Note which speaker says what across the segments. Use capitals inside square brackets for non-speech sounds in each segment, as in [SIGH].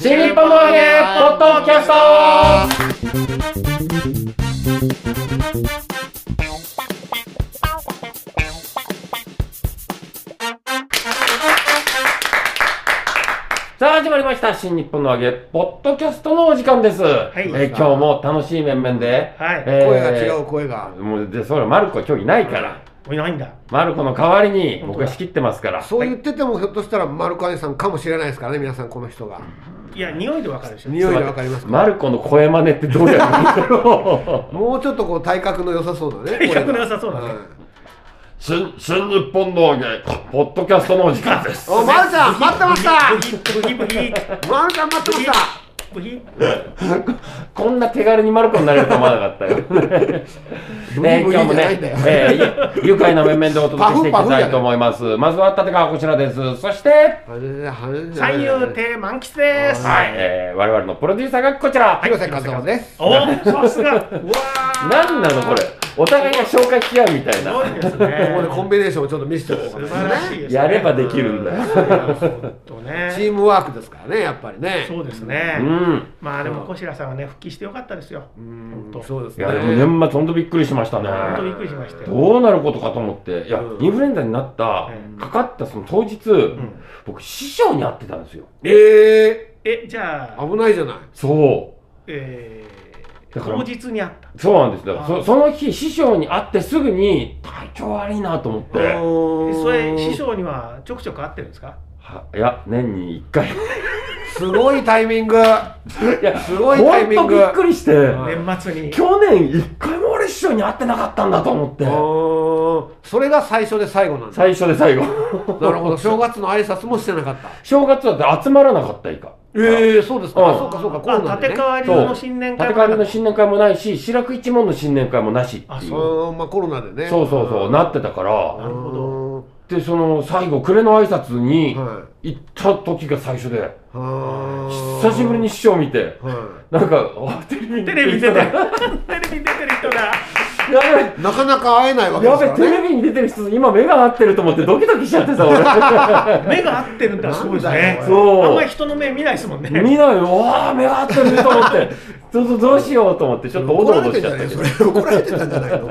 Speaker 1: 新日本の揚げポッドキャストさあ始まりました新日本の揚げポッドキャストのお時間です、え
Speaker 2: い
Speaker 1: ー今日も楽しい面々で、
Speaker 2: はい
Speaker 1: えー
Speaker 3: 声が違う声が、
Speaker 1: もうでそれマルコ今日いないから
Speaker 2: もういないんだ。
Speaker 1: マルコの代わりに僕が仕切ってますから
Speaker 3: そう言っててもひょっとしたら丸金さんかもしれないですからね皆さんこの人が
Speaker 2: いや、匂いでわかるでしょ。
Speaker 3: 匂いでわかりますか
Speaker 1: マルコの声真似ってどうやるんだろう
Speaker 3: もうちょっとこう体格の良さそうだね
Speaker 2: 体格の良
Speaker 3: 声が
Speaker 2: さそうだね
Speaker 3: はい
Speaker 1: 新新日本の揚げポッドキャストのお時間です
Speaker 3: おまるちゃん待ってました
Speaker 2: ブヒブヒブヒ
Speaker 3: まるちゃん待ってました
Speaker 2: ブヒ
Speaker 1: こんな手軽にマルコになれると思わなかったよね
Speaker 3: ブギブギ
Speaker 1: 今日も
Speaker 3: じゃな
Speaker 1: ね
Speaker 3: いんだよ、
Speaker 1: えーゆ愉快な面々でお届けしていき
Speaker 3: パフパフ
Speaker 1: た
Speaker 3: じゃないい
Speaker 1: と思いますまずは立川こちらですそして
Speaker 3: あれだあれだ
Speaker 2: 最優亭満喫です。
Speaker 1: はい、えー我々のプロデューサーがこちら、
Speaker 3: 広瀬和夫です
Speaker 2: おさすが。うわー
Speaker 1: 何なのこれお互いが紹介し合うみたい
Speaker 2: す
Speaker 1: な
Speaker 2: ごいです
Speaker 3: ここで
Speaker 2: ね。
Speaker 3: コンビネーションをちょっと見せておこう
Speaker 2: 素
Speaker 3: か
Speaker 2: 晴
Speaker 3: な
Speaker 2: らしいですね。
Speaker 1: やればできるんだよ
Speaker 2: 本当
Speaker 3: チ
Speaker 2: ね。
Speaker 3: ームワークですからねやっぱりね
Speaker 2: そうです
Speaker 1: う
Speaker 2: ね。
Speaker 1: ん
Speaker 2: まあでも小白さんはね復帰してよかったですよ。本当。
Speaker 3: そうです
Speaker 1: いや
Speaker 3: ね
Speaker 1: でも年末本当びっくりしましたね
Speaker 2: 本当びっくりしましたよ。
Speaker 1: どうなることかと思っていや、
Speaker 3: うん
Speaker 1: インフルエンザになった、
Speaker 2: うん
Speaker 1: かかったその当日、
Speaker 2: ん
Speaker 1: 僕師匠に会ってたんですよ
Speaker 3: え
Speaker 2: えじゃあ
Speaker 3: ー、危ないじゃない
Speaker 1: そ
Speaker 2: えー
Speaker 1: だから
Speaker 2: 当日にあった。
Speaker 1: うそうなんですだから
Speaker 2: あ
Speaker 1: そその日師匠に会ってすぐに体調悪いなと思って、
Speaker 2: え
Speaker 3: そ
Speaker 2: それ師匠にはちょくちょく会ってるんですか。
Speaker 1: はいや年に1回い
Speaker 3: [LAUGHS] すごいタイミング
Speaker 1: や
Speaker 3: すごいタイミン
Speaker 1: 本当
Speaker 3: グ
Speaker 1: びっくりして、
Speaker 3: はい
Speaker 2: 年末に。
Speaker 1: 去年1回も俺師匠に会ってなかったんだと思って
Speaker 3: おーそれが最初で最後なんだ
Speaker 1: 最初で最後
Speaker 3: なるほど正月の挨拶もしてなかった
Speaker 1: [LAUGHS] 正月だって集まらなかったいか
Speaker 3: ええそうです
Speaker 1: うん
Speaker 3: かあそうかそうかコロナで
Speaker 2: 立
Speaker 3: ね
Speaker 2: 川流の新年
Speaker 1: 立て
Speaker 2: 会
Speaker 1: 替わりの新年会もないし白く一門の新年会もなし
Speaker 2: あ
Speaker 1: っていうそう
Speaker 3: うんまあコロナでね
Speaker 1: そうそうなってたから
Speaker 2: なるほど
Speaker 1: でその最後暮れの挨拶に
Speaker 3: は
Speaker 1: 行った時が最初で、
Speaker 3: いはー
Speaker 1: 久しぶりに師匠見て
Speaker 3: は
Speaker 1: なんかあテレビ
Speaker 2: テレビに出てるテレビに出てる人が
Speaker 1: やべ
Speaker 3: いなかなか会えないわけで
Speaker 1: や
Speaker 3: すか
Speaker 1: べ
Speaker 3: ら
Speaker 1: テ
Speaker 3: ね
Speaker 1: レビに出てる人今目が合ってると思ってドキドキしちゃってさ俺
Speaker 2: 目が合ってるんだすごいですね
Speaker 3: なんだ
Speaker 1: [LAUGHS]
Speaker 3: よ
Speaker 1: そう
Speaker 2: あんまり人の目見ないですもんね
Speaker 1: 見ないよわあ目が合ってると思ってどうどうどうしようと思ってちょっとお
Speaker 3: 怒
Speaker 1: どお
Speaker 3: ら
Speaker 1: ど
Speaker 3: れて
Speaker 1: し
Speaker 3: ん
Speaker 1: ち
Speaker 3: じ
Speaker 1: ゃった
Speaker 3: ゃない
Speaker 1: け
Speaker 3: そ
Speaker 1: ど
Speaker 3: れ怒られてたんじゃないの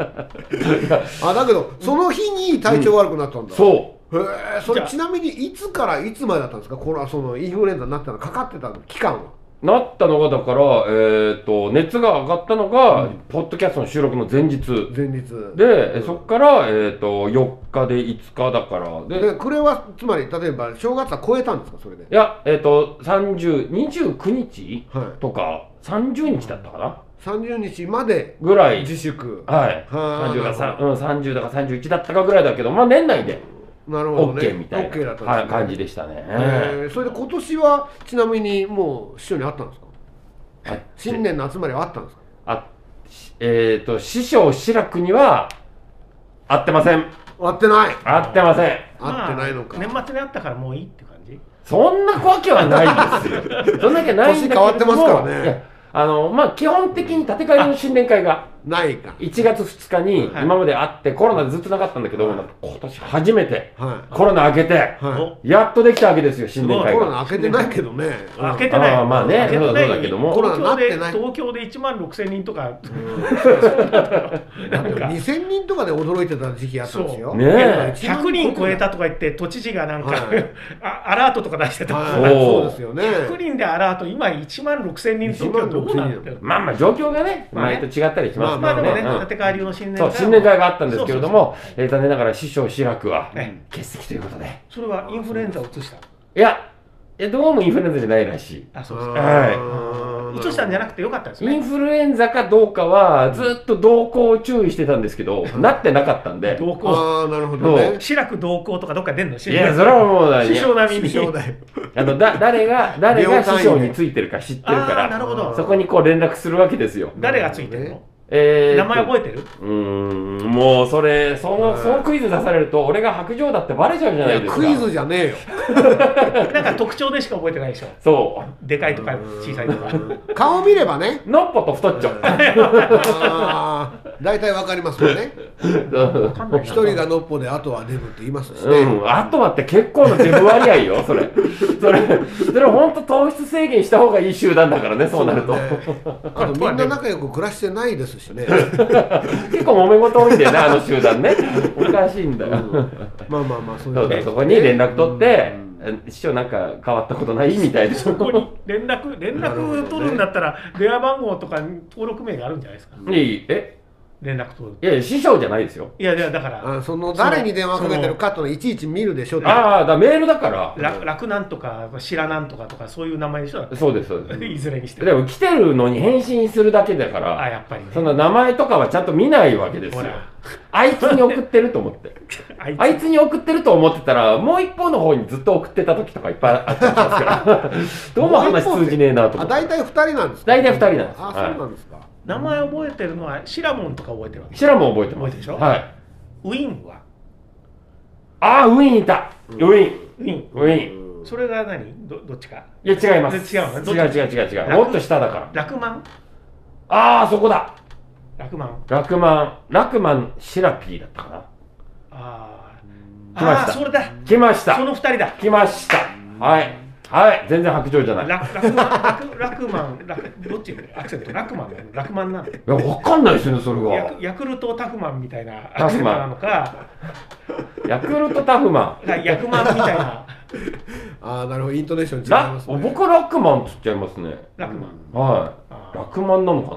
Speaker 3: あだけどその日に体調悪くなったんだう
Speaker 1: そ
Speaker 3: へえそ
Speaker 2: じゃ
Speaker 3: れ
Speaker 2: あ
Speaker 3: ちなみにいつからいつまでだったんですかこれはそのインフルエンザになったのかかってたの期間は
Speaker 1: うなったのがだからえっ、と熱が上がったのが、ポッドキャストの収録の前日
Speaker 3: 前日
Speaker 1: で、えそっから、えっと4日で5日だからで
Speaker 3: でこれはつまり例えば正月は超えたんですかそれで
Speaker 1: いや、えっ、と、30、29日
Speaker 3: はい
Speaker 1: とか、30日だったかな
Speaker 3: 30日まで
Speaker 1: ぐらい。
Speaker 3: 自粛
Speaker 1: はい。
Speaker 3: はあ
Speaker 1: 30がさ、うん、30だか31だったかぐらいだけど、まあ年内で
Speaker 3: なるほどね
Speaker 1: OK みたい
Speaker 3: OK だ
Speaker 1: な
Speaker 3: ったんですね
Speaker 1: はい感じでしたね。
Speaker 3: えーそれで今年はちなみにもう師匠に会ったんですか
Speaker 1: はい
Speaker 3: 新年の集まりはあったんですか
Speaker 1: あ、しえっ、と、師匠志らくには、会ってません。
Speaker 3: 会ってない
Speaker 1: 会ってません。
Speaker 2: まあ
Speaker 3: 会ってないのか、
Speaker 2: 年末にあったからもういいって感じ
Speaker 1: そんなわけはない
Speaker 3: [LAUGHS]
Speaker 1: ですよ。そんなわけないんだけども
Speaker 3: 年変わってますからね
Speaker 1: いやあの、まあ基本的に建て替えの新年会が、
Speaker 3: ないか
Speaker 1: 1月2日に
Speaker 2: はい
Speaker 1: 今まであってコロナでずっとなかったんだけど、
Speaker 3: はい
Speaker 1: 今年初めて
Speaker 3: は
Speaker 1: コロナ明けて
Speaker 3: いは
Speaker 2: お
Speaker 1: やっとできたわけですよ新
Speaker 3: い
Speaker 1: 年
Speaker 3: まあ
Speaker 1: 会
Speaker 3: コロ
Speaker 1: が
Speaker 3: ナ開けてないけどね
Speaker 2: 開け
Speaker 3: て
Speaker 2: てない
Speaker 1: あーまあね
Speaker 2: 開けてない
Speaker 1: そうだそうだけども
Speaker 3: コロナになっ
Speaker 2: 東京
Speaker 3: て
Speaker 2: で
Speaker 3: ない
Speaker 2: 東京で1万6千人とかなんか
Speaker 3: 2000人とかで驚いてた時期あったんですよ
Speaker 2: そう
Speaker 1: ね
Speaker 3: え
Speaker 2: 100人超えたとか言って都知事がなんか、
Speaker 3: はい
Speaker 2: [LAUGHS] あアラートとか出してた、
Speaker 3: は
Speaker 1: そ
Speaker 3: い
Speaker 1: う
Speaker 3: そうですよね
Speaker 2: 100人でアラート今1万6千人東京どうなってる
Speaker 1: まあまあ状況がね
Speaker 2: まあね
Speaker 1: 前と違ったりしますか
Speaker 2: まあ
Speaker 1: ら
Speaker 2: で
Speaker 1: ね
Speaker 2: もね、
Speaker 1: うん
Speaker 2: 立川流の新年
Speaker 1: そ
Speaker 2: 会
Speaker 1: う新年会があったんですけれどもえー残念ながら師匠志らくは
Speaker 2: ね
Speaker 1: 欠席ということで
Speaker 2: それはインフルエンザを移した
Speaker 1: いやいやどうもインフルエンザじゃないらしい
Speaker 2: あそうですか
Speaker 3: は
Speaker 2: 移したんじゃな
Speaker 3: く
Speaker 2: くてよかったです
Speaker 1: イン
Speaker 2: ね
Speaker 1: フルエンザかどうかはずっと動向を注意してたんですけどなってなかったんで
Speaker 2: 同行
Speaker 3: ああなるほどね
Speaker 2: 志らく同行とかどっか出んの
Speaker 1: いやそれはもう何
Speaker 2: 師匠並み
Speaker 3: 師
Speaker 2: に
Speaker 3: 匠だよ
Speaker 1: あのだ誰
Speaker 2: [LAUGHS]
Speaker 1: が誰が
Speaker 3: 秒単位
Speaker 1: 師
Speaker 3: で
Speaker 1: 匠についてるか知ってるか
Speaker 2: ああな
Speaker 1: ら
Speaker 2: るほど
Speaker 1: そこにこう連絡するわけですよ。
Speaker 2: 誰がついてるの
Speaker 1: えー
Speaker 2: 名前覚えてる
Speaker 1: うーんもうそれそのそのクイズ出されると俺が白状だってバレちゃうじゃないですか
Speaker 3: クイズじゃねえよ
Speaker 2: なんか特徴でしか覚えてないでしょ。
Speaker 1: そ
Speaker 2: でかいとか小さいとか。
Speaker 3: 顔見ればね
Speaker 1: うのっぽと太っちょ
Speaker 3: あー大体わかりますよね
Speaker 1: う
Speaker 2: わかんないな
Speaker 3: 一人がのっぽであとはデブって言いますしね、
Speaker 1: ん、あとはって結構なデブ割合よ、それ。それ、それ本当糖質制限した方がいい集団だからね、そうなると。
Speaker 3: ねあとみんな仲良く暮らしてないですしね、
Speaker 1: 結構揉め事多いんだよね、あの集団ね。おかしいんだ
Speaker 3: う
Speaker 1: よ。
Speaker 3: んまあまあまあそう
Speaker 1: そう
Speaker 3: いうこと
Speaker 1: だ
Speaker 3: で
Speaker 1: そこに連絡取って
Speaker 3: うん、
Speaker 1: え師匠なんか変わったことないみたいな。
Speaker 2: そこに連絡、連絡取るんだったら、電話番号とか登録名があるんじゃないですか。
Speaker 1: に、え、
Speaker 2: 連絡登録。
Speaker 1: いや、師匠じゃないですよ。
Speaker 2: いや、いやだから、
Speaker 3: あその誰に電話かけてるかとのいちいち見るでしょって
Speaker 1: ああ、だからメールだから。
Speaker 2: ら楽なんとか、知らなんとかとか、そういう名前でしょ。
Speaker 1: そうです、そうです。
Speaker 2: いずれにして
Speaker 1: で
Speaker 2: も。
Speaker 1: も来てるのに返信するだけだか
Speaker 2: あ、
Speaker 1: ら、
Speaker 2: やっぱりね。
Speaker 1: その名前とかはちゃんと見ないわけですよ
Speaker 2: ほ。ら、
Speaker 1: あいつに送ってると思って。
Speaker 2: あいつ
Speaker 1: あいつに送ってると思ってたら、もう一方の方にずっと送ってた時とかいっぱいあったりします
Speaker 2: [LAUGHS]
Speaker 1: から、どうも話通じねえなと思
Speaker 3: あ
Speaker 1: って。
Speaker 3: 大体二人なんですか
Speaker 1: 大体二人なんです
Speaker 3: あそうなんですか、
Speaker 2: 名前覚えてるのは、シラモンとか覚えてるわけ。
Speaker 1: シラも覚えてま
Speaker 2: 覚え
Speaker 1: す。
Speaker 2: てるでしょ。
Speaker 1: はい。
Speaker 2: ウィンは、
Speaker 1: ああ、ウィーンいた。ウィーン。
Speaker 2: ウィン。
Speaker 1: ウィーン。
Speaker 3: うん
Speaker 2: それが何どどっちか。
Speaker 1: いや、違います。
Speaker 2: 違うのどっち
Speaker 1: 違う違う違う違う。もっと下だから。
Speaker 2: ラクマン
Speaker 1: ああ、そこだ。
Speaker 2: ラクマン。
Speaker 1: ラクマン、ラクマン、シラピーだったかな。
Speaker 2: あー
Speaker 1: 来まし
Speaker 2: あー、
Speaker 1: た
Speaker 2: それだ。
Speaker 1: 来ました
Speaker 2: そ。の二人だ。
Speaker 1: 来ました。はい。はい。全然白状じゃない。い
Speaker 2: ララクマン、ラクラクマン、ラクどっちアクセント、ラクマンなのラクマンなの
Speaker 1: や、わかんないですよね、それ
Speaker 2: ヤ
Speaker 1: が。
Speaker 2: クヤクルトタフマンみたいな
Speaker 1: タフ
Speaker 2: アクセント
Speaker 1: マン
Speaker 2: なのか、
Speaker 1: ヤクルトタフマン。
Speaker 2: ヤクマンみたいな
Speaker 3: ああなるほどイントネーション違い
Speaker 1: ラ
Speaker 3: ますね
Speaker 1: 僕、ラクマンっつっちゃいますね。
Speaker 2: ラクマン。
Speaker 1: はい。
Speaker 2: あー
Speaker 1: ラクマンなのかな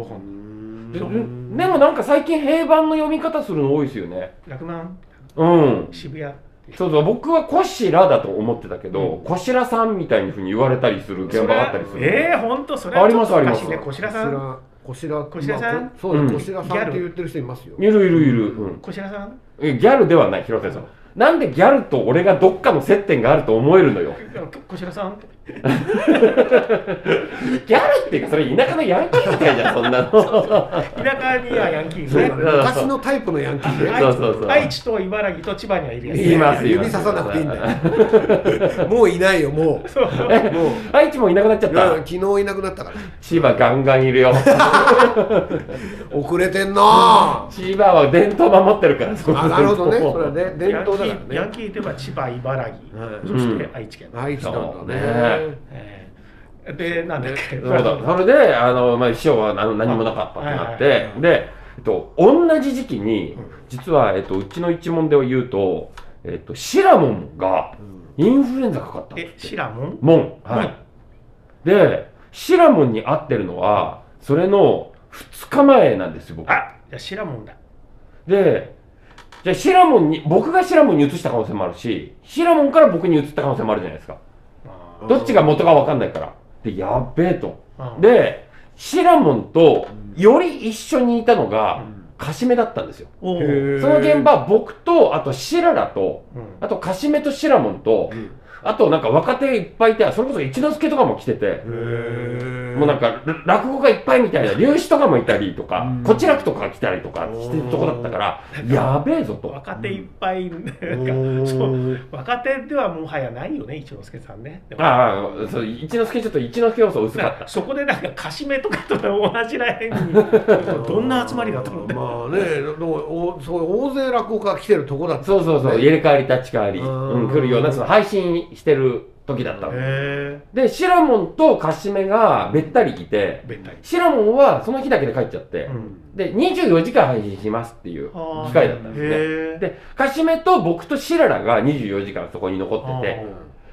Speaker 2: わかんない
Speaker 1: でで
Speaker 2: う
Speaker 1: も
Speaker 2: ん
Speaker 1: なんか最近平板の読み方するの多いですよね
Speaker 2: ラクマン、
Speaker 1: うん
Speaker 2: 渋谷。
Speaker 1: そうそう僕はコシラだと思ってたけど、コシラさんみたいにふうに言われたりする現場があったりす
Speaker 2: そ
Speaker 1: る
Speaker 2: れはええー、ほんと、それはちょっと
Speaker 1: あり
Speaker 2: お
Speaker 1: ま
Speaker 2: か
Speaker 1: す
Speaker 2: しいね。
Speaker 1: あり
Speaker 2: 小白さん、
Speaker 3: こしら
Speaker 2: こしらさん
Speaker 3: まあこそう
Speaker 1: うん
Speaker 3: だこしらさんって言ってる人いますよ
Speaker 1: いるいるいる、うん、
Speaker 2: 小白さん、
Speaker 1: えギャルではない広瀬さんなんでギャルと俺がどっかの接点があると思えるのよ
Speaker 2: 小白さん、
Speaker 1: ギャルっていうかそれ田舎のヤンキーみたいじゃんそんなの
Speaker 2: 田舎にはヤンキーい
Speaker 1: そう
Speaker 2: る
Speaker 1: だ
Speaker 2: ね。
Speaker 1: ね
Speaker 3: 昔のタイプのヤンキーね
Speaker 1: そうそうそう
Speaker 2: 愛知と茨城と千葉にはいるやつね。
Speaker 1: いますいま
Speaker 3: 指
Speaker 1: す
Speaker 3: ささなくていいんだ
Speaker 1: [LAUGHS]
Speaker 3: よもういないよもう
Speaker 2: そう
Speaker 3: もう
Speaker 1: 愛知もいなくなっちゃっ
Speaker 3: いや
Speaker 1: た
Speaker 3: 昨日いなくなったから
Speaker 1: 千葉ガンガンいるよ
Speaker 3: 遅れてんなあ
Speaker 1: 千葉は伝統守ってるからそ
Speaker 3: あなるほどねそれはね伝統だ
Speaker 2: ヤンキー
Speaker 3: から
Speaker 2: ヤン
Speaker 3: ね
Speaker 2: キーといえば千葉、茨城、
Speaker 3: はい
Speaker 2: そして愛知県。
Speaker 3: 愛知なんだ
Speaker 1: そう
Speaker 3: ね
Speaker 1: ね
Speaker 2: えーで、なんだっけ、
Speaker 1: そうだそれであの、まあ、師匠は何何もなかったってなって、
Speaker 2: はいはい
Speaker 1: で、えっと、同じ時期に実は、えっと、うちの一門で言うと、えっと、シラモンがインフルエンザかかったんで
Speaker 2: え、
Speaker 1: すって
Speaker 2: シラモン
Speaker 1: モンはい、でシラモンに会ってるのはそれの2日前なんですよ僕
Speaker 2: あ、じゃあシラモンだ。
Speaker 1: でじゃあシラモンに僕がシラモンに移した可能性もあるしシラモンから僕に移った可能性もあるじゃないですか
Speaker 2: あ
Speaker 1: どっちが元か分かんないからでやっべえと
Speaker 2: ー、
Speaker 1: でシラモンとより一緒にいたの
Speaker 2: う
Speaker 1: が
Speaker 2: ん
Speaker 1: カシメだったんですよ
Speaker 2: おう
Speaker 3: へ
Speaker 2: うん
Speaker 3: ー
Speaker 1: その現場は僕とあとシララとあとカシメとシラモンと
Speaker 3: うん
Speaker 1: あとなんか若手いっぱいいてそれこそ一之輔とかも来てて
Speaker 3: へえ
Speaker 1: もうなんから落語がいっぱいみたいな粒子とかもいたりとか
Speaker 3: うん
Speaker 1: こちらくとか来たりとかしてるとこだったからやべえぞと
Speaker 2: 若手いっぱい、なんかそう
Speaker 3: う
Speaker 2: 若手ではもはやないよね、一之輔さんね。でも
Speaker 1: ああそう一之輔ちょっと一之輔要素薄
Speaker 2: だ
Speaker 1: か
Speaker 2: か
Speaker 1: っ
Speaker 2: ら
Speaker 1: た
Speaker 2: そこでなんか、かしめとかと同じらへんに、どんな集まりだと思って。
Speaker 3: まあねでもおそう大勢落語家が来てるとこだった
Speaker 1: そうそうそう入れ替わり立ち替わり
Speaker 3: うん
Speaker 1: うん来るようなその配信してる時だったの
Speaker 2: へ
Speaker 1: で、シラモンとカシメがべったりいて
Speaker 2: え、、べったり。
Speaker 1: シラモンはその日だけで帰っちゃって、
Speaker 2: うん
Speaker 1: で、24時間配信しますっていう
Speaker 2: あー
Speaker 1: 機会だったんですね。
Speaker 2: へえ。
Speaker 1: で、カシメと僕とシララが24時間そこに残って
Speaker 2: う
Speaker 1: て、
Speaker 2: ん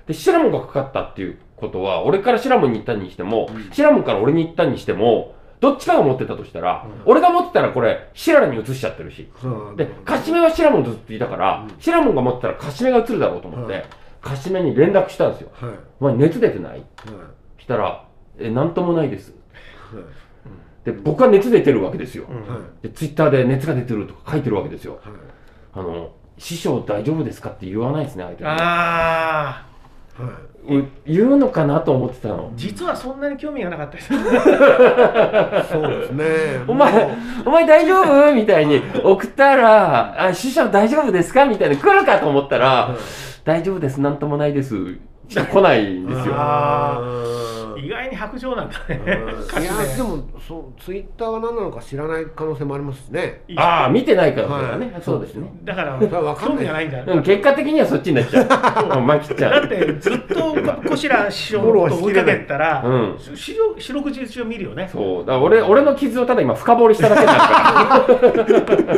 Speaker 1: で、シラモンがかかったっていうことは、俺からシラモンに行ったにしても、
Speaker 3: うん
Speaker 1: シラモンから俺に行ったにしても、どっちかが持ってたとしたら、
Speaker 2: うん
Speaker 1: 俺が持ってたらこれ、シララに移しちゃってるし、
Speaker 3: うん
Speaker 1: で、カシメはシラモンとずっといたから、
Speaker 3: うん
Speaker 1: シラモンが持ってたらカシメが移るだろうと思って、
Speaker 3: うん
Speaker 1: カシメに連絡したんですよ。
Speaker 3: はいはい
Speaker 1: お前熱出てないしたら「え何ともないです」で僕は熱出てるわけですよ
Speaker 2: うん
Speaker 3: はい
Speaker 1: でツイッターで「熱が出てる」とか書いてるわけですよ
Speaker 3: はい
Speaker 1: あの「師匠大丈夫ですか?」って言わないですね相手に
Speaker 2: ああ。
Speaker 1: う言うのかなと思ってたの。
Speaker 2: 実はそんなに興味がなかったです。
Speaker 3: そうですね。
Speaker 1: お前
Speaker 3: も
Speaker 1: [LAUGHS] お
Speaker 3: う
Speaker 1: 前大丈 [LAUGHS] 夫みたいに送ったら、あ、死者大丈夫ですかみたいな来るかと思ったら、大丈夫です、なんともないです。来ないんですよ。
Speaker 3: あー
Speaker 2: 意外に白状なんだ
Speaker 3: うん
Speaker 2: ね。
Speaker 3: いやでもそうツイッターは何なのか知らない可能性もありますしね。
Speaker 1: ああ、見てないからだね、
Speaker 3: はい
Speaker 1: そうですね。
Speaker 2: だから
Speaker 3: それはわかんない
Speaker 2: 興味がないんだ。
Speaker 1: うん、結果的にはそっちになっち [LAUGHS] ゃう。まきちゃ
Speaker 2: だ
Speaker 1: ん
Speaker 2: っ。てずっとこしら師匠と追いかけてたら、
Speaker 1: うん。
Speaker 2: 四六四六時中見るよね。
Speaker 1: そう。だから俺、俺の傷をただ今深掘りしただけだから。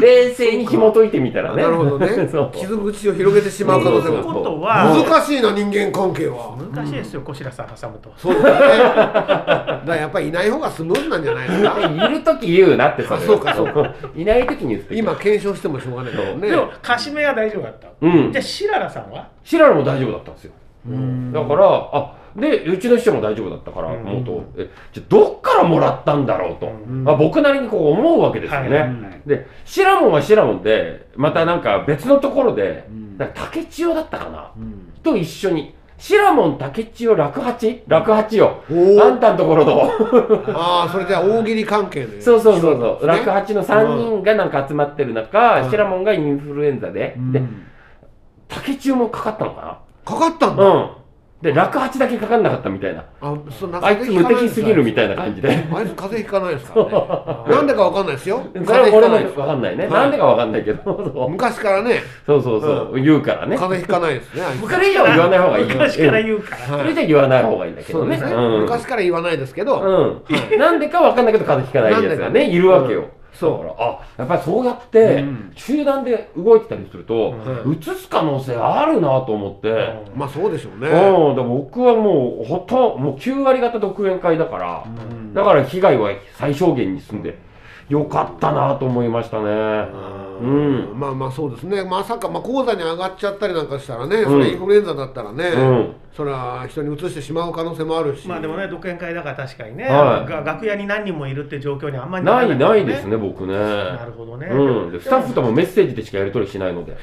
Speaker 1: 冷静に紐解いてみたらね。
Speaker 3: なるほどね
Speaker 1: [LAUGHS] そう。。
Speaker 3: 傷口を広げてしまう可
Speaker 2: と
Speaker 3: 能
Speaker 2: い
Speaker 3: 性
Speaker 2: う
Speaker 3: も。
Speaker 2: こと
Speaker 1: そう
Speaker 2: は
Speaker 3: 難しいな人間関係は。
Speaker 2: 難しいですよ、こしらさん挟むと。
Speaker 3: そうで
Speaker 1: [LAUGHS]
Speaker 3: すね。だからやっぱりいない方がスムーズなんじゃないですか。
Speaker 1: いるとき言うなってそれ
Speaker 3: あそうかそうか
Speaker 1: いないときに言ってくれ
Speaker 3: 今検証してもしょうがないからね
Speaker 2: で。も、カシメは大丈夫だった。
Speaker 1: うん
Speaker 2: じゃあ、シララさんは
Speaker 1: シララも大丈夫だったんですよ
Speaker 3: うん
Speaker 1: だからあでうちの師匠も大丈夫だったから
Speaker 2: うん
Speaker 1: 元えじゃあどっからもらったんだろうと、
Speaker 2: うん
Speaker 1: まあ、僕なりにこう思うわけですよね、
Speaker 2: はい
Speaker 1: でシラモンはシラモンでまたなんか別のところで
Speaker 3: うん
Speaker 1: なんか竹千代だったかな
Speaker 3: うん
Speaker 1: と一緒にシラモン竹千代楽八楽八よ
Speaker 3: おお
Speaker 1: あ。んたんところ
Speaker 3: [LAUGHS]
Speaker 1: の
Speaker 3: ああそれじゃあ大喜利関係の。
Speaker 1: そうそうそうそう
Speaker 3: 楽
Speaker 1: 楽八の3人がなんか集まってる中、シラモンがインフルエンザで、で竹千代もかかったのか
Speaker 3: かかったん
Speaker 1: な
Speaker 3: だ。
Speaker 1: うんで落八だけかかんなかったみたいな
Speaker 3: あ、そうなんか
Speaker 1: あいつ無敵すぎるみたいな
Speaker 3: じ。
Speaker 1: 感じで
Speaker 3: あいつ風邪ひかないですからね。なんでかわかんないですよ。
Speaker 1: [LAUGHS] そ
Speaker 3: 風
Speaker 1: れは
Speaker 3: 邪ひか
Speaker 1: 俺
Speaker 3: ないです
Speaker 1: もわかんないね、
Speaker 3: はい
Speaker 1: なんでかわかんないけど [LAUGHS] そう
Speaker 3: 昔からね、
Speaker 1: そうそうそう、言うからね
Speaker 3: 風邪ひかないです
Speaker 1: [LAUGHS]
Speaker 3: ね。あいつ
Speaker 1: それ以上言わない方がいいよ
Speaker 2: 昔から言うから。
Speaker 1: それじゃ言わない方がいいんだけ
Speaker 3: そ
Speaker 1: ど
Speaker 3: う
Speaker 1: ね
Speaker 3: ですね。
Speaker 1: うん
Speaker 3: 昔から言わないですけど、
Speaker 1: うん、なんでかわかんないけど風邪ひかないやつがね
Speaker 3: なんでかね
Speaker 1: いるわけよ、
Speaker 3: うん
Speaker 1: そうだからあやっぱりそうやって
Speaker 3: うん
Speaker 1: 集団で動いてたりすると
Speaker 3: うん
Speaker 1: うつ、す可能性あるなと思って、
Speaker 2: うん
Speaker 3: まあそうでしょうね。
Speaker 1: うん、でも僕はもうほとんどもう9割方独演会だから、
Speaker 3: うん
Speaker 1: だから被害は最小限に済んでよかったなと思いましたね、
Speaker 3: うんまあまあそうですね、まさか、まあ、講座に上がっちゃったりなんかしたらね、
Speaker 1: うん
Speaker 3: それインフルエンザだったらね、
Speaker 1: うん
Speaker 3: それは人にうつしてしまう可能性もあるし、
Speaker 2: まあでもね、独演会だから確かにね、
Speaker 1: はい
Speaker 2: が楽屋に何人もいるって状況にあんまり
Speaker 1: な
Speaker 2: ら
Speaker 1: い
Speaker 2: か
Speaker 1: な
Speaker 2: ら
Speaker 1: いです。ね僕ね
Speaker 2: なるほどね。
Speaker 1: うん、でスタッフと
Speaker 2: も。
Speaker 1: もメッセージでしかやり取りしないので、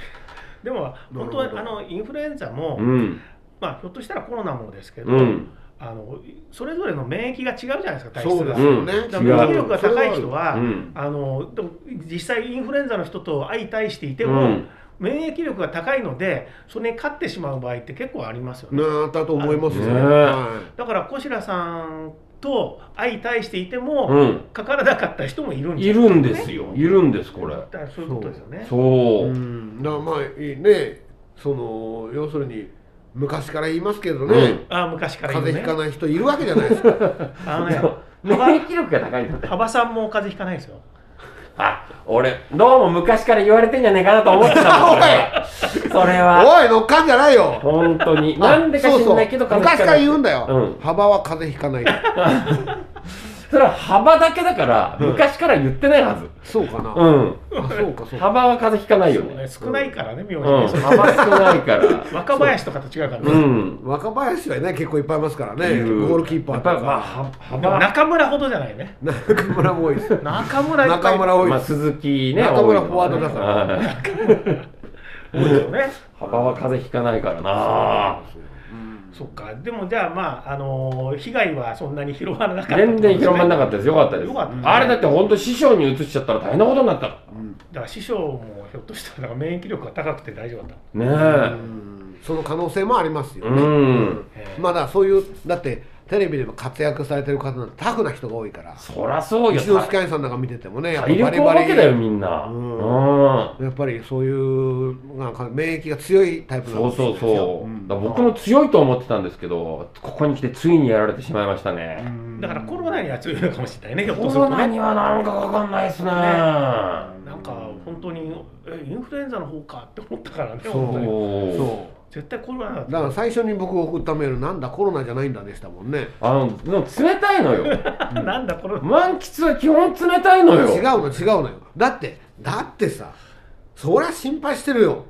Speaker 2: でも、本当
Speaker 3: なるほど
Speaker 2: はあのインフルエンザも、
Speaker 1: うん
Speaker 2: まあひょっとしたらコロナもですけど、
Speaker 1: うん
Speaker 2: あのそれぞれの免疫が違うじゃないですか、体質が。
Speaker 3: そうですよね、
Speaker 1: うん
Speaker 2: だから免疫力が高い人は、
Speaker 1: うん
Speaker 2: あのでも実際インフルエンザの人と相対していて
Speaker 1: う
Speaker 2: も、
Speaker 1: ん
Speaker 2: 免疫力が高いのでそれに勝ってしまう場合って結構ありますよね。
Speaker 3: なあだと思いますよね。
Speaker 1: ね
Speaker 3: は
Speaker 2: だから小白さんと相対していても、
Speaker 1: うん
Speaker 2: かからなかった人もいるん
Speaker 1: い
Speaker 2: じゃない
Speaker 1: るんですよいるんですこれ
Speaker 2: だからそういうことですよね。
Speaker 1: そう [LAUGHS] う、
Speaker 3: ん、だからまあいいね、その要するに昔から言いますけどね、
Speaker 1: うん
Speaker 2: ああ昔からい
Speaker 3: 風
Speaker 2: る
Speaker 3: 邪
Speaker 2: ね
Speaker 3: ひか。ない人いるわけじゃないで
Speaker 1: [LAUGHS]
Speaker 3: すか。
Speaker 2: あのね
Speaker 1: そう免疫力が高いので
Speaker 2: [LAUGHS] 幅さんも風邪ひかないですよ。
Speaker 1: [LAUGHS] あ俺どうも昔から言われてんじゃねえかなと思ってたのそれは
Speaker 3: おい、乗っかんじゃないよ。
Speaker 1: 本当に [LAUGHS] なんでか知んないけど
Speaker 3: そうそ
Speaker 1: 風
Speaker 3: う
Speaker 1: 邪
Speaker 3: 昔
Speaker 1: ひ
Speaker 3: から
Speaker 1: ない
Speaker 3: 言うんだよ、
Speaker 1: うん
Speaker 3: 幅は風邪ひかないから。
Speaker 1: それは幅だけだから昔から言ってないはず
Speaker 3: そうかな、
Speaker 1: [LAUGHS] う
Speaker 3: あ
Speaker 1: ん
Speaker 3: そうかそうか。
Speaker 1: 幅は風邪ひかないよね
Speaker 2: そうね少ないからね名字
Speaker 1: う
Speaker 2: ね
Speaker 1: ん
Speaker 2: その
Speaker 1: 幅少ないから
Speaker 3: [LAUGHS]
Speaker 2: 若林とかと違うからね。
Speaker 1: うん
Speaker 3: 若林はね結構いっぱいいますから
Speaker 1: って
Speaker 3: ね、
Speaker 1: いう
Speaker 3: ゴールキーパー
Speaker 1: やっ
Speaker 3: と
Speaker 1: ぱ
Speaker 3: か、
Speaker 1: りまあは
Speaker 2: でも
Speaker 1: 幅
Speaker 2: 中村ほどじゃないね。
Speaker 3: 中村も多
Speaker 1: [LAUGHS]
Speaker 3: いです。
Speaker 2: 中村いっぱい
Speaker 3: 中村多い
Speaker 1: まあ
Speaker 3: です。
Speaker 1: 鈴木ね
Speaker 3: 中村
Speaker 1: 多いのはね
Speaker 3: フォワードだから
Speaker 1: はい
Speaker 2: 多いよね。
Speaker 1: 幅は風邪ひかないからな
Speaker 2: そっか。でもじゃあまああのー被害はそんなに広がらなかった。
Speaker 1: [LAUGHS] 全然広まんなかったですよかったです
Speaker 2: よかったね
Speaker 1: あれだって本当師匠に移しちゃったら大変なことになったか
Speaker 2: だから師匠もひょっとしたら免疫力が高くて大丈夫だっ
Speaker 1: ら
Speaker 3: う
Speaker 1: ね
Speaker 3: んその可能性もあります
Speaker 1: え
Speaker 3: よ
Speaker 1: う
Speaker 3: ね。
Speaker 1: ん
Speaker 2: た。へえ
Speaker 3: まだそういうだってテレビでも活躍されてる方なんてタフな人が多いから。
Speaker 1: そらそうよ
Speaker 3: 一之輔兄さんなんか見ててもね、やっぱ
Speaker 1: 体
Speaker 3: バ
Speaker 1: 力
Speaker 3: リ
Speaker 1: お
Speaker 3: バ
Speaker 1: 化けだよ
Speaker 3: リ。
Speaker 1: みんな
Speaker 3: うん
Speaker 1: うん
Speaker 3: やっぱりそういうなんか免疫が強いタイプな
Speaker 1: そ
Speaker 3: ん
Speaker 1: う
Speaker 3: です
Speaker 1: そうそう、
Speaker 3: ん
Speaker 1: だから僕も強いと思ってたんですけどここに来てついにやられてしまいましたね、
Speaker 2: だからコロナには強いのかもしれないね。ひょっと
Speaker 1: コ
Speaker 2: する
Speaker 1: ロ
Speaker 2: と
Speaker 1: ナ
Speaker 2: ね。
Speaker 1: にはなんかかかんないですね
Speaker 2: なんか本当にえインフルエンザの方かって思ったからね。
Speaker 3: そう
Speaker 2: 本当に
Speaker 1: そう
Speaker 3: そ
Speaker 2: 絶対コロナだっ
Speaker 3: う。
Speaker 2: た
Speaker 3: だから最初に僕送ったメールなんだコロナじゃないんだでしたもんね。
Speaker 1: あのでも冷たいのよ
Speaker 2: なんだこれ
Speaker 1: 満喫は基本冷たいの
Speaker 3: 違う
Speaker 1: よ
Speaker 3: の違うのよ。だってだってさ、そりゃ心配してるよ。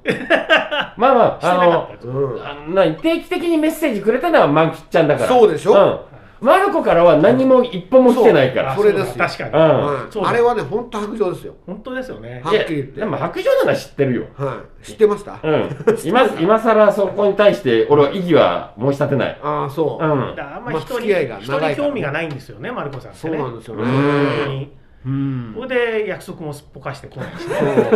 Speaker 1: まあま
Speaker 2: して
Speaker 1: あ
Speaker 2: な
Speaker 1: あ
Speaker 2: かった
Speaker 1: の
Speaker 2: やつ
Speaker 3: うん
Speaker 1: あのな定期的にメッセージくれたのは満喫ちゃんだから
Speaker 3: そうでしょ
Speaker 1: うんマルコからは何も一歩も来てないから。
Speaker 2: あ
Speaker 3: それですよ
Speaker 2: うだ確
Speaker 1: う
Speaker 2: かに。
Speaker 1: ん。
Speaker 3: はい
Speaker 2: そうだ
Speaker 3: あれはね本当白状ですよ
Speaker 2: 本当ですよね。
Speaker 3: はっきり言って
Speaker 1: いやでも白状なら知ってるよ。
Speaker 3: はい知ってました
Speaker 1: うん。
Speaker 3: [LAUGHS]
Speaker 1: 今、今更そこに対して俺は異議は申し立てない。
Speaker 3: ああそううん
Speaker 2: だか。らあんまり人
Speaker 3: まあ
Speaker 2: に、
Speaker 3: 付き合いが
Speaker 2: 人
Speaker 3: 長い
Speaker 2: に
Speaker 3: から
Speaker 2: 興味がないんですよね、マルコさんって
Speaker 3: そう
Speaker 2: ね。
Speaker 3: なんですよ
Speaker 1: う
Speaker 3: ね
Speaker 1: ん
Speaker 2: 本当に。
Speaker 3: うん
Speaker 1: [LAUGHS]
Speaker 2: それで約束もすっぽかしてこないしね。
Speaker 3: そう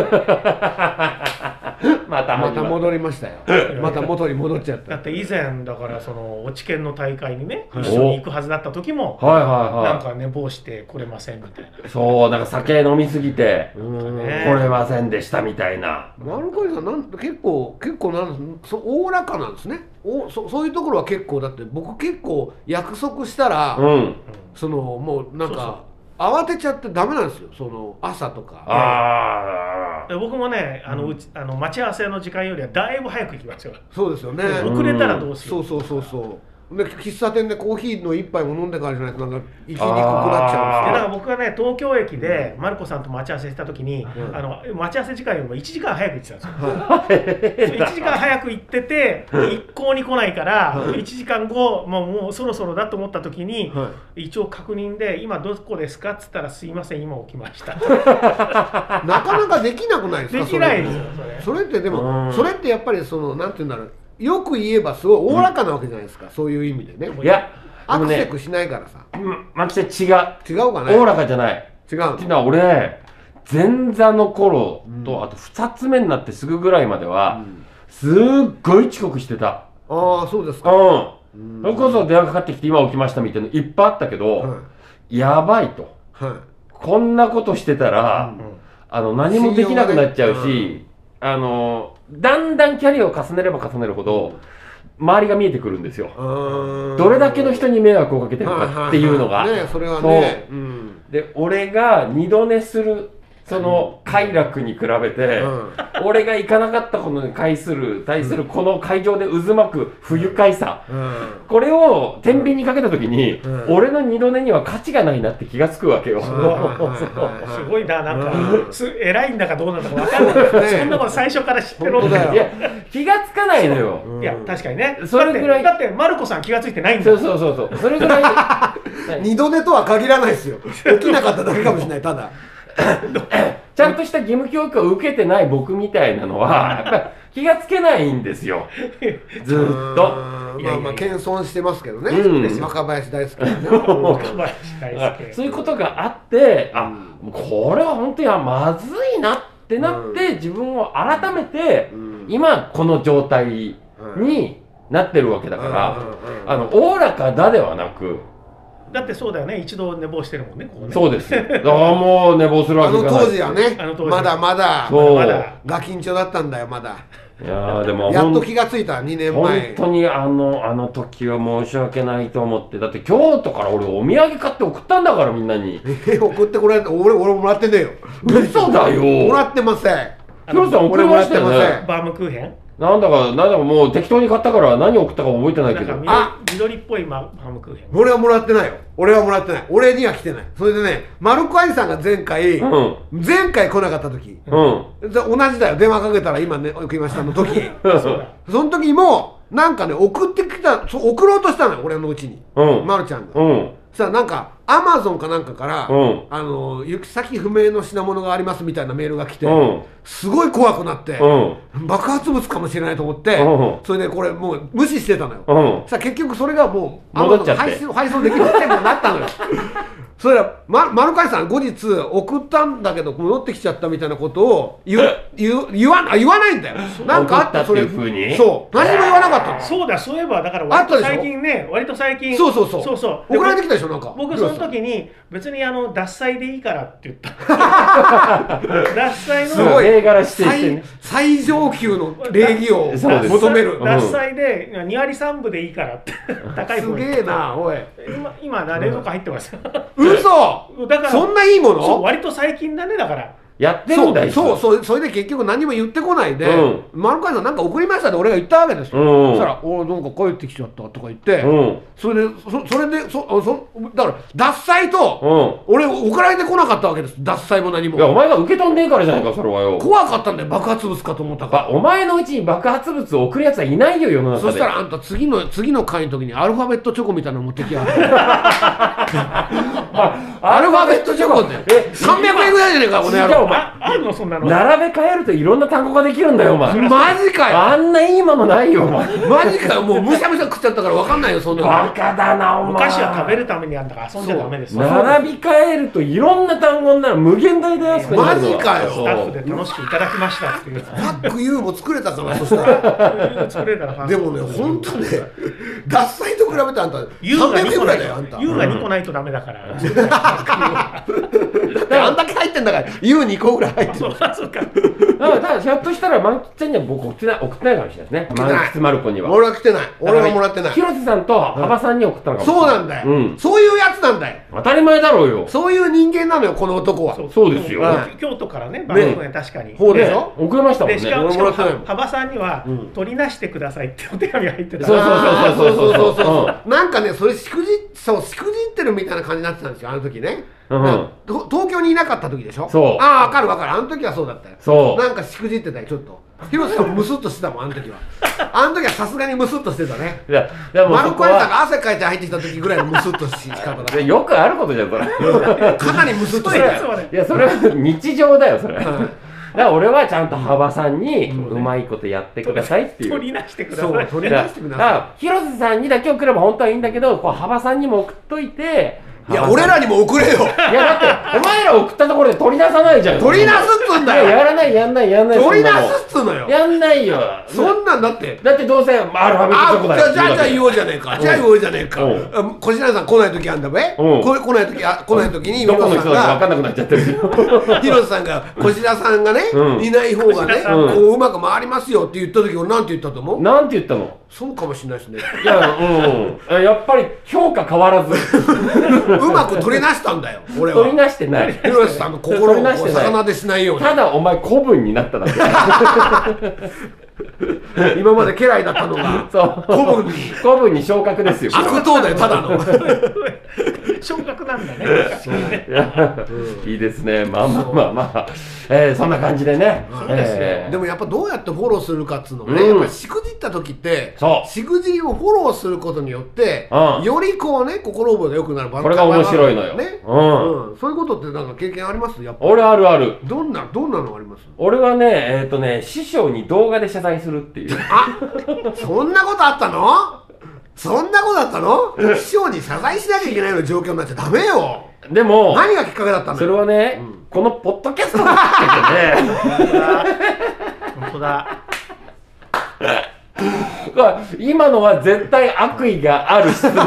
Speaker 1: また
Speaker 3: ま
Speaker 1: 始
Speaker 3: た
Speaker 1: まる。
Speaker 3: 戻りましたよまた元に戻っちゃっ
Speaker 2: だ
Speaker 3: た
Speaker 2: って以前だからその落研の大会にね
Speaker 3: はい
Speaker 2: 一緒に行くはずだった時も
Speaker 1: はい
Speaker 2: な
Speaker 1: は
Speaker 2: んか寝坊して来れませんみたい
Speaker 1: いはい。そう、なんか酒飲みすぎて、
Speaker 3: うん
Speaker 1: 来
Speaker 2: ね
Speaker 1: れませんでしたみたいな。
Speaker 3: マルコリさんなん結構結構なんそおおらかなんですねおそそういうところは結構だって僕結構約束したら、
Speaker 1: うん。
Speaker 2: な
Speaker 3: そのもうなんか慌てちゃってダメなんですよその朝とか
Speaker 1: ああ。
Speaker 2: うんで僕もねあのうちあの待ち合わせの時間よりはだいぶ早く行きますよ
Speaker 3: そうですよね、
Speaker 1: うん
Speaker 2: 遅れたらどうし
Speaker 3: そ
Speaker 2: よう
Speaker 3: うそうそうそうで喫茶店でコーヒーの一杯も飲んでからじゃないとなんか行きにくくなっちゃ
Speaker 2: でだ
Speaker 3: うん
Speaker 2: か
Speaker 3: です
Speaker 2: ら僕がね東京駅でマルコさんと待ち合わせした時に、
Speaker 3: うん
Speaker 2: あの待ち合わせ時間よりも1時間早く行ってたんですよ
Speaker 3: けど、は
Speaker 2: 1時間早く行ってて一向に来ないから
Speaker 3: うん
Speaker 2: 1時間後、まあ、もうそろそろだと思った時
Speaker 3: い
Speaker 2: に
Speaker 3: は
Speaker 2: 一応確認で「今どこですか?」っつったら「すいません今起き
Speaker 1: [LAUGHS]
Speaker 2: ました」
Speaker 3: い、なかなかできなくないですか
Speaker 2: できない
Speaker 3: そ
Speaker 2: です
Speaker 3: れ
Speaker 2: よそれ
Speaker 3: それってでも、
Speaker 1: うん
Speaker 3: それってやっぱりそのなんて言うんだろうよく言えばすごいおおらかなわけじゃないですか、そういう意味でね
Speaker 1: [LAUGHS] いや、で
Speaker 3: ア
Speaker 1: も
Speaker 3: クセ
Speaker 1: ね、
Speaker 3: クしないからさ
Speaker 1: マキちゃん違う。
Speaker 3: 違うかね
Speaker 1: おおらかじゃない。
Speaker 3: 違うの
Speaker 1: っていうのは俺前座の頃と、
Speaker 3: うん
Speaker 1: あと2つ目になってすぐぐらいまで
Speaker 3: う
Speaker 1: は、
Speaker 3: ん
Speaker 1: すっごい遅刻してた
Speaker 3: ああそうです
Speaker 1: うん
Speaker 3: か、
Speaker 1: それこそ電話かかってきて今起きましたみたいなのいっぱいあったけど、
Speaker 3: は
Speaker 1: やばいと
Speaker 3: いは
Speaker 1: こんなことしてたら、
Speaker 3: うん
Speaker 1: あの何もできなくなっちゃうし、
Speaker 3: 信用がね
Speaker 1: あのだんだんキャリアを重ねれば重ねるほど周りが見えてくるんですよ、
Speaker 3: いうん
Speaker 1: どれだけの人に迷惑をかけてるかっていうのが、
Speaker 3: はははねそれはねうん
Speaker 1: で俺が二度寝するその快楽に比べて、
Speaker 3: うん
Speaker 1: [LAUGHS] 俺が行かなかったことに対する対するこの会場で渦巻く不愉快さ
Speaker 3: うん
Speaker 1: これを天秤にかけた時に、
Speaker 3: うん
Speaker 1: 俺の二度寝には価値がないなって気がつくわけよ、
Speaker 3: はい
Speaker 1: そう
Speaker 3: はいはい
Speaker 2: すごいな、なん
Speaker 3: う
Speaker 2: か、
Speaker 3: ん
Speaker 2: す偉いんだかどうなんだか分かんない、
Speaker 3: ね
Speaker 2: そんなこと最初から知ってるわけ
Speaker 3: 本当だ
Speaker 1: [LAUGHS]
Speaker 3: よ
Speaker 1: いや気がつかないのよ、
Speaker 3: うん
Speaker 2: いや、確かにね、
Speaker 1: それぐらい
Speaker 2: だって、だってマルコさん、気がついてないんだ
Speaker 1: そ
Speaker 2: よ
Speaker 1: うそうそうそうそれぐらい
Speaker 3: 二度寝とは限らないですよ起きなかっただけかもしれないただ
Speaker 1: ちゃんとした義務教育を受けてない僕みたいなのはやっぱり気がつけないんですよずーっと。
Speaker 3: うん
Speaker 2: い
Speaker 3: ま
Speaker 2: やいやいや
Speaker 3: あまあ謙遜してますけどね
Speaker 1: うんですよ
Speaker 3: 若林大好きね
Speaker 2: 若林大輔
Speaker 1: そういうことがあって、
Speaker 3: うん
Speaker 1: あこれは本当にまずいなってなって、自分を改めて、
Speaker 3: うん
Speaker 1: 今この状態になってるわけだから、
Speaker 3: うん
Speaker 1: あのおおらかだではなく、
Speaker 2: だってそうだよね、一度寝坊してるもんね、ここね
Speaker 1: そう
Speaker 3: [LAUGHS]
Speaker 1: ですよだからもう寝坊するわ
Speaker 3: あ
Speaker 1: けい
Speaker 3: の
Speaker 1: かない
Speaker 3: 当時はね
Speaker 2: あの当時
Speaker 3: まだまだ
Speaker 1: そう
Speaker 2: まだ
Speaker 3: ガキンチョだったんだよまだ
Speaker 1: いやーでも
Speaker 3: やっ
Speaker 1: ほ
Speaker 3: と
Speaker 1: ん
Speaker 3: 気がついた2年
Speaker 1: 本
Speaker 3: 前
Speaker 1: 当にあのあの時は申し訳ないと思ってだって京都から俺お土産買って送ったんだからみんなに
Speaker 3: え [LAUGHS] 送ってこられた俺俺もらってねえよ
Speaker 1: 嘘だよ
Speaker 3: もらってません
Speaker 1: ヒロさん送りましたよ
Speaker 3: 俺もらってません
Speaker 1: ね
Speaker 2: バームクーヘン
Speaker 1: なんだか、なんだかもう適当に買ったから何送ったか覚えてない
Speaker 2: な
Speaker 1: け
Speaker 2: ん
Speaker 1: ど。
Speaker 2: か
Speaker 1: あ
Speaker 3: あ
Speaker 2: 緑緑っぽいババームクーヘン。
Speaker 3: 俺はもらってないよ俺はもらってない俺には来てないそれでねマルコアイさんが前回、
Speaker 1: うん。
Speaker 3: 前回来なかった時
Speaker 1: うん。
Speaker 3: で同じだよ電話かけたら今ね送りましたの時
Speaker 2: そうだ
Speaker 3: その時もなんかね送ってきたそう送ろうとしたのよ俺のうちに、
Speaker 1: うん
Speaker 3: まるちゃんが、
Speaker 1: うん。
Speaker 3: さあなんかアマゾンかなんかから、
Speaker 1: うん
Speaker 3: あの行き先不明の品物がありますみたいなメールが来て、
Speaker 1: うん
Speaker 3: すごい怖くなって、
Speaker 1: うん。
Speaker 3: 爆発物かもしれないと思って、
Speaker 1: うん
Speaker 3: それでこれもう無視してたのよ、
Speaker 1: うん。
Speaker 3: さあ結局それがもう
Speaker 1: 戻っちゃって
Speaker 3: Amazon 配送配送できるってことにな
Speaker 1: [LAUGHS]
Speaker 3: ったのよそれらま丸川さん後日送ったんだけど戻ってきちゃったみたいなことを言う言う言わあ言わないんだよなんかあったそれ
Speaker 1: 送ったっていう風に
Speaker 3: そう何も言わなかったの
Speaker 2: そうだ、そういえば、だから
Speaker 3: あっ
Speaker 2: 割
Speaker 3: た
Speaker 2: と
Speaker 3: でしょ
Speaker 2: 最近ね、割と最近、
Speaker 3: そうそうそう
Speaker 2: そうそうで
Speaker 3: 送られてきたでしょなんか
Speaker 2: 僕そ
Speaker 3: 広
Speaker 2: の
Speaker 3: 瀬さん
Speaker 2: 時に別にあの脱菜でいいからって
Speaker 3: [LAUGHS]
Speaker 2: 言った脱菜
Speaker 1: す
Speaker 2: の
Speaker 1: ごい銘柄指定してね
Speaker 3: 最最上級の礼儀を
Speaker 1: そうです
Speaker 3: 求める
Speaker 1: うん
Speaker 2: 脱菜で2割3分でいいからって高い
Speaker 3: す
Speaker 2: 声で
Speaker 3: げえなおい
Speaker 2: 今今な冷蔵庫入ってますだか
Speaker 3: 嘘
Speaker 2: ら
Speaker 3: そんないいも
Speaker 2: そう
Speaker 3: の
Speaker 2: 割と最近だねだから
Speaker 1: やってる
Speaker 3: そ
Speaker 1: んだ
Speaker 3: う
Speaker 1: よ。
Speaker 3: そうそうそれで結局何も言ってこないで
Speaker 1: うん
Speaker 3: 「丸川さんなんか送りました」って俺が言ったわけですよ、
Speaker 1: うん
Speaker 3: そしたら「おなんか帰ってきちゃった」とか言って、
Speaker 1: うん。
Speaker 3: それでそそれでそあそだから脱災と
Speaker 1: う
Speaker 3: 俺送られてこなかったわけです脱災も何
Speaker 1: ん。いや、
Speaker 3: も
Speaker 1: お前が受け取んねえからじゃないか、それはよ。
Speaker 3: 怖かったんだよ爆発物かと思ったから
Speaker 1: ばお前のうちに爆発物を送るやつはいないよ、世の中で。
Speaker 3: そしたらあんた次の次の回の時にアルファベットチョコみたいなの持ってきやがってアルファベットチョコって
Speaker 1: え
Speaker 3: 300円ぐらいじゃねえかこの野
Speaker 1: 違う
Speaker 3: 郎
Speaker 1: お前、
Speaker 2: ああるのそんなの
Speaker 1: 並べ替えるといろんな単語ができるんだよ、お前。
Speaker 3: マジかよ
Speaker 1: あんないいものないよ、お前。
Speaker 3: マジかよもうむしゃむしゃ食っちゃったから分かんないよそんな
Speaker 1: バ
Speaker 3: の
Speaker 1: カだな、お前。
Speaker 2: お菓子は食べるためにあんだから遊んじゃダメですよ
Speaker 1: 並び替えるといろんな単語になる無限大だよ、そこにあるのは
Speaker 3: マジかよ
Speaker 1: そ
Speaker 2: ス
Speaker 1: う
Speaker 2: タッフで楽しくいただきましたっていう
Speaker 3: パック U も作れたかなそしたら
Speaker 2: 作れたら
Speaker 3: でもね本当ね脱菜と比べてあんた
Speaker 2: 優が
Speaker 3: 300
Speaker 2: 2
Speaker 3: 円
Speaker 2: 個
Speaker 3: ぐら
Speaker 2: ない
Speaker 3: いだよあんた
Speaker 2: と優が2個ないとダメだから
Speaker 3: だってあんだけ入ってんだから U2 個ぐらい入ってる
Speaker 2: そうかそうか
Speaker 3: [LAUGHS]
Speaker 1: だから、だからひょっとしたら満喫ちゃんには僕送ってない、送ってないかもしれないですね。
Speaker 3: て
Speaker 1: 満
Speaker 3: ない
Speaker 1: 喫丸子には。
Speaker 3: 俺は来てない俺はもらってない
Speaker 1: 広瀬さんと幅さんに送ったのかもしれ
Speaker 3: そう
Speaker 1: ない。
Speaker 3: なんだよ、
Speaker 1: うん
Speaker 3: そういうやつなんだよ
Speaker 1: 当たり前だろうよ。
Speaker 3: そういう人間なのよこの男は
Speaker 1: そうですよ
Speaker 2: うん京都からね、バンコね、確かに。
Speaker 3: そうでし
Speaker 1: ね
Speaker 3: ょ
Speaker 1: 送れましたもん
Speaker 2: で、
Speaker 1: ね。
Speaker 2: しかも、
Speaker 3: 俺
Speaker 2: し
Speaker 3: も
Speaker 2: からも
Speaker 3: ってないもん
Speaker 2: は幅さんには、取りなしてくださいってお手紙が入ってた。
Speaker 1: そうそう
Speaker 3: あー
Speaker 1: そうそうそう
Speaker 3: そうそうそうなんかねそれしくじそうしくじってるみたいな感じになってたんですよあの時ね、
Speaker 1: うん
Speaker 3: なんかと東京にいなかった時でしょ
Speaker 1: そう
Speaker 3: ああ分かる分かるあの時はそうだったよ
Speaker 1: [LAUGHS] そう
Speaker 3: なんかしくじってたよちょっと広瀬さんもムスッとしてたもんあの時はあの時はさすがにムスッとしてたね
Speaker 1: いや、いやもう
Speaker 3: マル
Speaker 1: そ
Speaker 3: コ
Speaker 1: こ
Speaker 3: アレさん
Speaker 1: は、
Speaker 3: が汗かいて入ってきた時ぐらいのムスッとし方だっ
Speaker 1: いやよくあることじゃん、
Speaker 3: [LAUGHS]
Speaker 1: それ。
Speaker 3: たかなりムスッと
Speaker 2: そ
Speaker 3: し
Speaker 2: う
Speaker 3: てた
Speaker 2: や
Speaker 3: よ
Speaker 2: そうや
Speaker 1: いや、それは日常だよ、それ。だ
Speaker 3: ん
Speaker 1: から俺はちゃんと幅さんに、うまいことやってくださいっていう。
Speaker 2: 取りなしてくだ
Speaker 3: そ
Speaker 2: さ
Speaker 3: う
Speaker 2: い。
Speaker 3: 取
Speaker 1: だ
Speaker 3: り出してくだ
Speaker 1: か
Speaker 3: さ
Speaker 1: ら広瀬さんにだけ送れば本当はいいんだけど、こう幅さんにも送っといて。
Speaker 3: いいや
Speaker 1: 幅さ
Speaker 3: 俺らにも送れよ
Speaker 1: んいや、だって、お前ら送ったところで取り出さないじゃん。
Speaker 3: 取り出す
Speaker 1: な
Speaker 3: っつうんだ
Speaker 1: いや、や
Speaker 3: よ
Speaker 1: らない、やんない、やんない。
Speaker 3: 取り出
Speaker 1: そんなもん
Speaker 3: すっつうのよ
Speaker 1: やんないよ。
Speaker 3: そんなんだって
Speaker 1: だってどうせ、アルファベットチョコ
Speaker 3: あ
Speaker 1: だ
Speaker 3: じ
Speaker 1: よ。
Speaker 3: ゃあじゃあじゃあ
Speaker 1: 言
Speaker 3: 言
Speaker 1: う
Speaker 3: おうじゃねえか、じゃあ言おうじゃねえか、
Speaker 1: うん
Speaker 3: あ小白さん来ない時あんだべ、
Speaker 1: うん
Speaker 3: こ来ない時あ来ない時に
Speaker 1: どこの人だか分か
Speaker 3: さ
Speaker 1: んなくなっちゃってるけ
Speaker 3: [LAUGHS]
Speaker 1: ど。
Speaker 3: んが広瀬さんが小白さんがね、
Speaker 1: うん
Speaker 3: いない方がね、
Speaker 2: 小白
Speaker 1: さん
Speaker 3: こううまく回りますよって言った時俺なんて言ったと思う、
Speaker 1: なんて言ったの
Speaker 3: そうかもしれないですね
Speaker 1: いや、うん。やっぱり評価変わらず、
Speaker 3: [LAUGHS] うまく取りなしたんだよ俺
Speaker 1: 取り
Speaker 3: は
Speaker 1: なしてない。
Speaker 3: 広瀬さんの心を
Speaker 1: 取りな
Speaker 3: こ
Speaker 1: し
Speaker 3: う
Speaker 1: てない
Speaker 3: 魚でしないように
Speaker 1: ただお前古文になっただけ。
Speaker 3: 今まで家来だったのが
Speaker 1: そう。
Speaker 3: 古文に
Speaker 1: 古文に昇格ですよ。
Speaker 3: 悪党だよただの
Speaker 2: 昇格なんだね。 [LAUGHS]
Speaker 1: いやいいですね。まあまあまあまあ。えーそんな感じでね。えー
Speaker 3: でもやっぱどうやってフォローするかっつうのね、
Speaker 1: うん
Speaker 3: やっぱしくじった時って
Speaker 1: そう
Speaker 3: しくじりをフォローすることによって、
Speaker 1: うん
Speaker 3: よりこうね心覚えが良くなる
Speaker 1: これが面白いのよ。
Speaker 3: ね、
Speaker 1: うん。
Speaker 3: うんそういうことってなんか経験ありますやっぱ
Speaker 1: 俺あるある。
Speaker 3: どんなどんなのあります
Speaker 1: 俺はね、えっ、とね、師匠に動画で謝罪するっていう。 [LAUGHS]
Speaker 3: あそんなことあったのそんなことあったの師匠に謝罪しなきゃいけないような状況になっちゃダメよ
Speaker 1: でも、
Speaker 3: 何がきっかけだったの
Speaker 1: それはね、このポッドキャストのきっかけで、 [LAUGHS]
Speaker 2: 本当だ。
Speaker 1: うわ今のは絶対悪意がある質
Speaker 3: [LAUGHS]
Speaker 1: 問を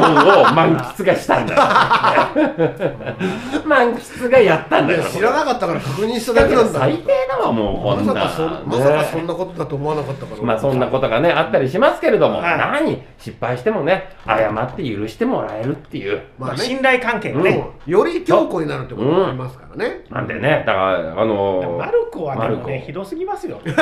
Speaker 1: 満喫がしたんだ満喫がやったん
Speaker 3: い
Speaker 1: だ
Speaker 3: や
Speaker 1: よ
Speaker 3: 知らなかったから確認しただけなんだ
Speaker 1: 最低だわもうこ
Speaker 3: ま
Speaker 1: んな
Speaker 3: さ
Speaker 1: ん
Speaker 3: かそまさかそんなことだと思わなかったから、
Speaker 1: まあそんなことがねあったりしますけれども、
Speaker 2: はい
Speaker 1: 何失敗してもね謝って許してもらえるっていう
Speaker 3: まあね
Speaker 2: 信頼関係がね。
Speaker 3: うんより強固になるってこともありますからね、
Speaker 1: なんでねだからあの
Speaker 2: マ
Speaker 1: ー
Speaker 2: ルコはでも
Speaker 1: マル
Speaker 2: ね、
Speaker 1: コ
Speaker 2: ひどすぎますよ。
Speaker 1: でも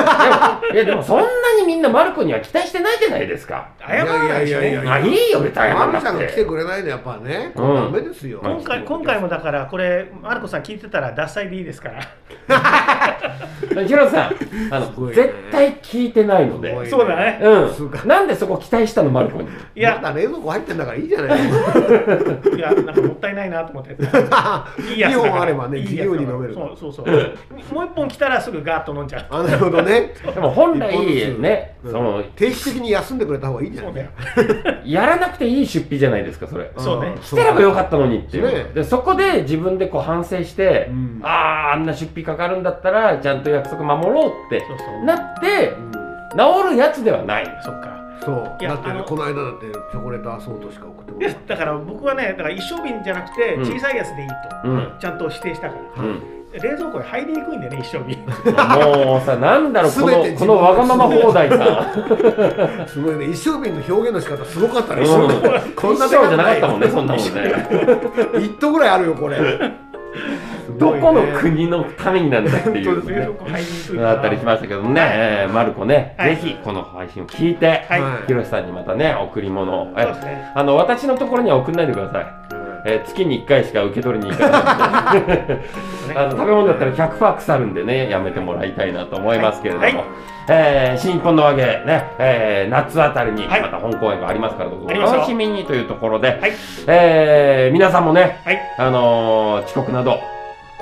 Speaker 1: いやでもそんなにみんなマルコには期待してないじゃないですか
Speaker 2: 謝らない
Speaker 3: い
Speaker 2: し
Speaker 3: やいやいやいや
Speaker 2: ね。
Speaker 1: まあいいよ別に謝
Speaker 3: マ
Speaker 1: ん
Speaker 3: ル
Speaker 1: な
Speaker 3: ちゃん
Speaker 1: く
Speaker 3: が来て
Speaker 1: て
Speaker 3: くれないのやっぱね、
Speaker 1: うん
Speaker 3: ダメですよ、
Speaker 2: 今回今回もだから、これ、マルコさん聞いてたら、脱菜でいいですから。
Speaker 1: ヒロさんあ
Speaker 3: す
Speaker 1: の
Speaker 3: ごいね
Speaker 1: 絶対聞いてないので
Speaker 3: ごい
Speaker 2: そうだね。
Speaker 3: すご
Speaker 1: う
Speaker 3: い
Speaker 1: んなんでそこ期待したのマルコに
Speaker 2: いや、
Speaker 3: まだ冷蔵庫入ってんだからいいじゃない
Speaker 2: いや、なんかもったいないなと
Speaker 3: [LAUGHS]
Speaker 2: 思って。いいやつだから
Speaker 3: 二本あればね
Speaker 2: いいやつ
Speaker 3: 自由に飲める
Speaker 2: そうそうそう。もう一本来たらすぐガーッと飲んじゃう。
Speaker 3: あなるほどね
Speaker 1: でも本来
Speaker 3: 一本ずつ
Speaker 1: ね、
Speaker 3: うん
Speaker 1: その
Speaker 3: 定期的に休んでくれた方がいいじゃ
Speaker 2: そ
Speaker 3: ないう
Speaker 2: だよ。
Speaker 1: やらなくていい出費じゃないですかそれ
Speaker 3: ん
Speaker 2: そうね
Speaker 1: してればよかったのにっていう、
Speaker 3: ね
Speaker 1: でそこで自分でこう反省して、
Speaker 3: うん
Speaker 1: あああんな出費かかるんだったらちゃんと約束守ろうって
Speaker 2: そうそう
Speaker 1: なって
Speaker 3: うん
Speaker 1: 治るやつではない
Speaker 2: そっか。
Speaker 3: そう
Speaker 2: いや
Speaker 3: だって
Speaker 2: あ
Speaker 3: ね
Speaker 2: の
Speaker 3: この間だってチョコレートアソートしか送ってこ
Speaker 2: で
Speaker 3: ない
Speaker 2: だから僕はね、だから一升瓶じゃなくて
Speaker 1: うん
Speaker 2: 小さいやつでいいと、
Speaker 1: うん
Speaker 2: ちゃんと指定したか
Speaker 1: う
Speaker 2: ら。
Speaker 1: ん、
Speaker 2: 冷蔵庫に入りにくいんだよね、一升
Speaker 1: [LAUGHS]
Speaker 2: 瓶。
Speaker 1: もうさなんだろうこ
Speaker 3: 全
Speaker 1: の
Speaker 3: て自分
Speaker 1: このわがまま放題さ、
Speaker 3: すごいね一生瓶の表現の仕方すごかった
Speaker 1: う
Speaker 3: ね、
Speaker 1: ん、
Speaker 3: こんな
Speaker 1: 一生じゃなかったもんねそんなもん
Speaker 3: 一
Speaker 1: ね
Speaker 3: 等ぐらいあるよこれ
Speaker 2: ごいね
Speaker 1: [LAUGHS] どこの国のためになんだってい
Speaker 2: 本当
Speaker 1: う
Speaker 2: ですね
Speaker 1: ね
Speaker 2: そこ入りにくいな
Speaker 1: あったりしましたけどね、えーマルコね、
Speaker 2: は
Speaker 1: ぜ
Speaker 2: い
Speaker 1: ひこの配信を聞いて、
Speaker 2: はい
Speaker 3: はい
Speaker 1: ひろしさんにまたね、贈り物を、
Speaker 2: そうですね
Speaker 1: あの私のところには送らないでください。えー月に1回しか受け取りに行かないのであの食べ物だったら100%腐るんでねやめてもらいたいなと思いますけれども、
Speaker 2: はいはい
Speaker 1: えー新日本のわけね、えー夏あたりにま
Speaker 2: はい
Speaker 1: た本公演がありますからどうぞお
Speaker 2: ありますよ
Speaker 1: 楽しみにというところで、
Speaker 2: はい
Speaker 1: えー皆さんもね、
Speaker 2: はい
Speaker 1: あのー遅刻など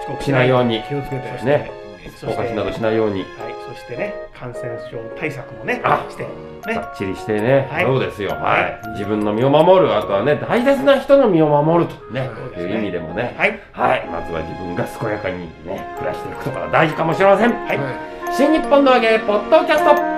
Speaker 2: 遅刻
Speaker 1: しないように
Speaker 3: 気をつけ
Speaker 2: そしてて
Speaker 1: ね
Speaker 2: そ
Speaker 1: お
Speaker 2: して
Speaker 1: 菓子などしないように
Speaker 2: はい、そしてね、感染症対策もね、
Speaker 1: あ
Speaker 2: して、ね、
Speaker 1: ばっちりしてね、
Speaker 2: はい
Speaker 1: そうですよ、はい
Speaker 2: は
Speaker 1: 自分の身を守るあとはね大切な人の身を守るとね
Speaker 2: そうです
Speaker 1: い
Speaker 2: ね
Speaker 1: う意味でもね、
Speaker 2: はい、
Speaker 1: はい、まずは自分が健やかにね暮らしていくことが大事かもしれません。
Speaker 2: はい
Speaker 3: はい
Speaker 1: 新日本の揚げポッドキャスト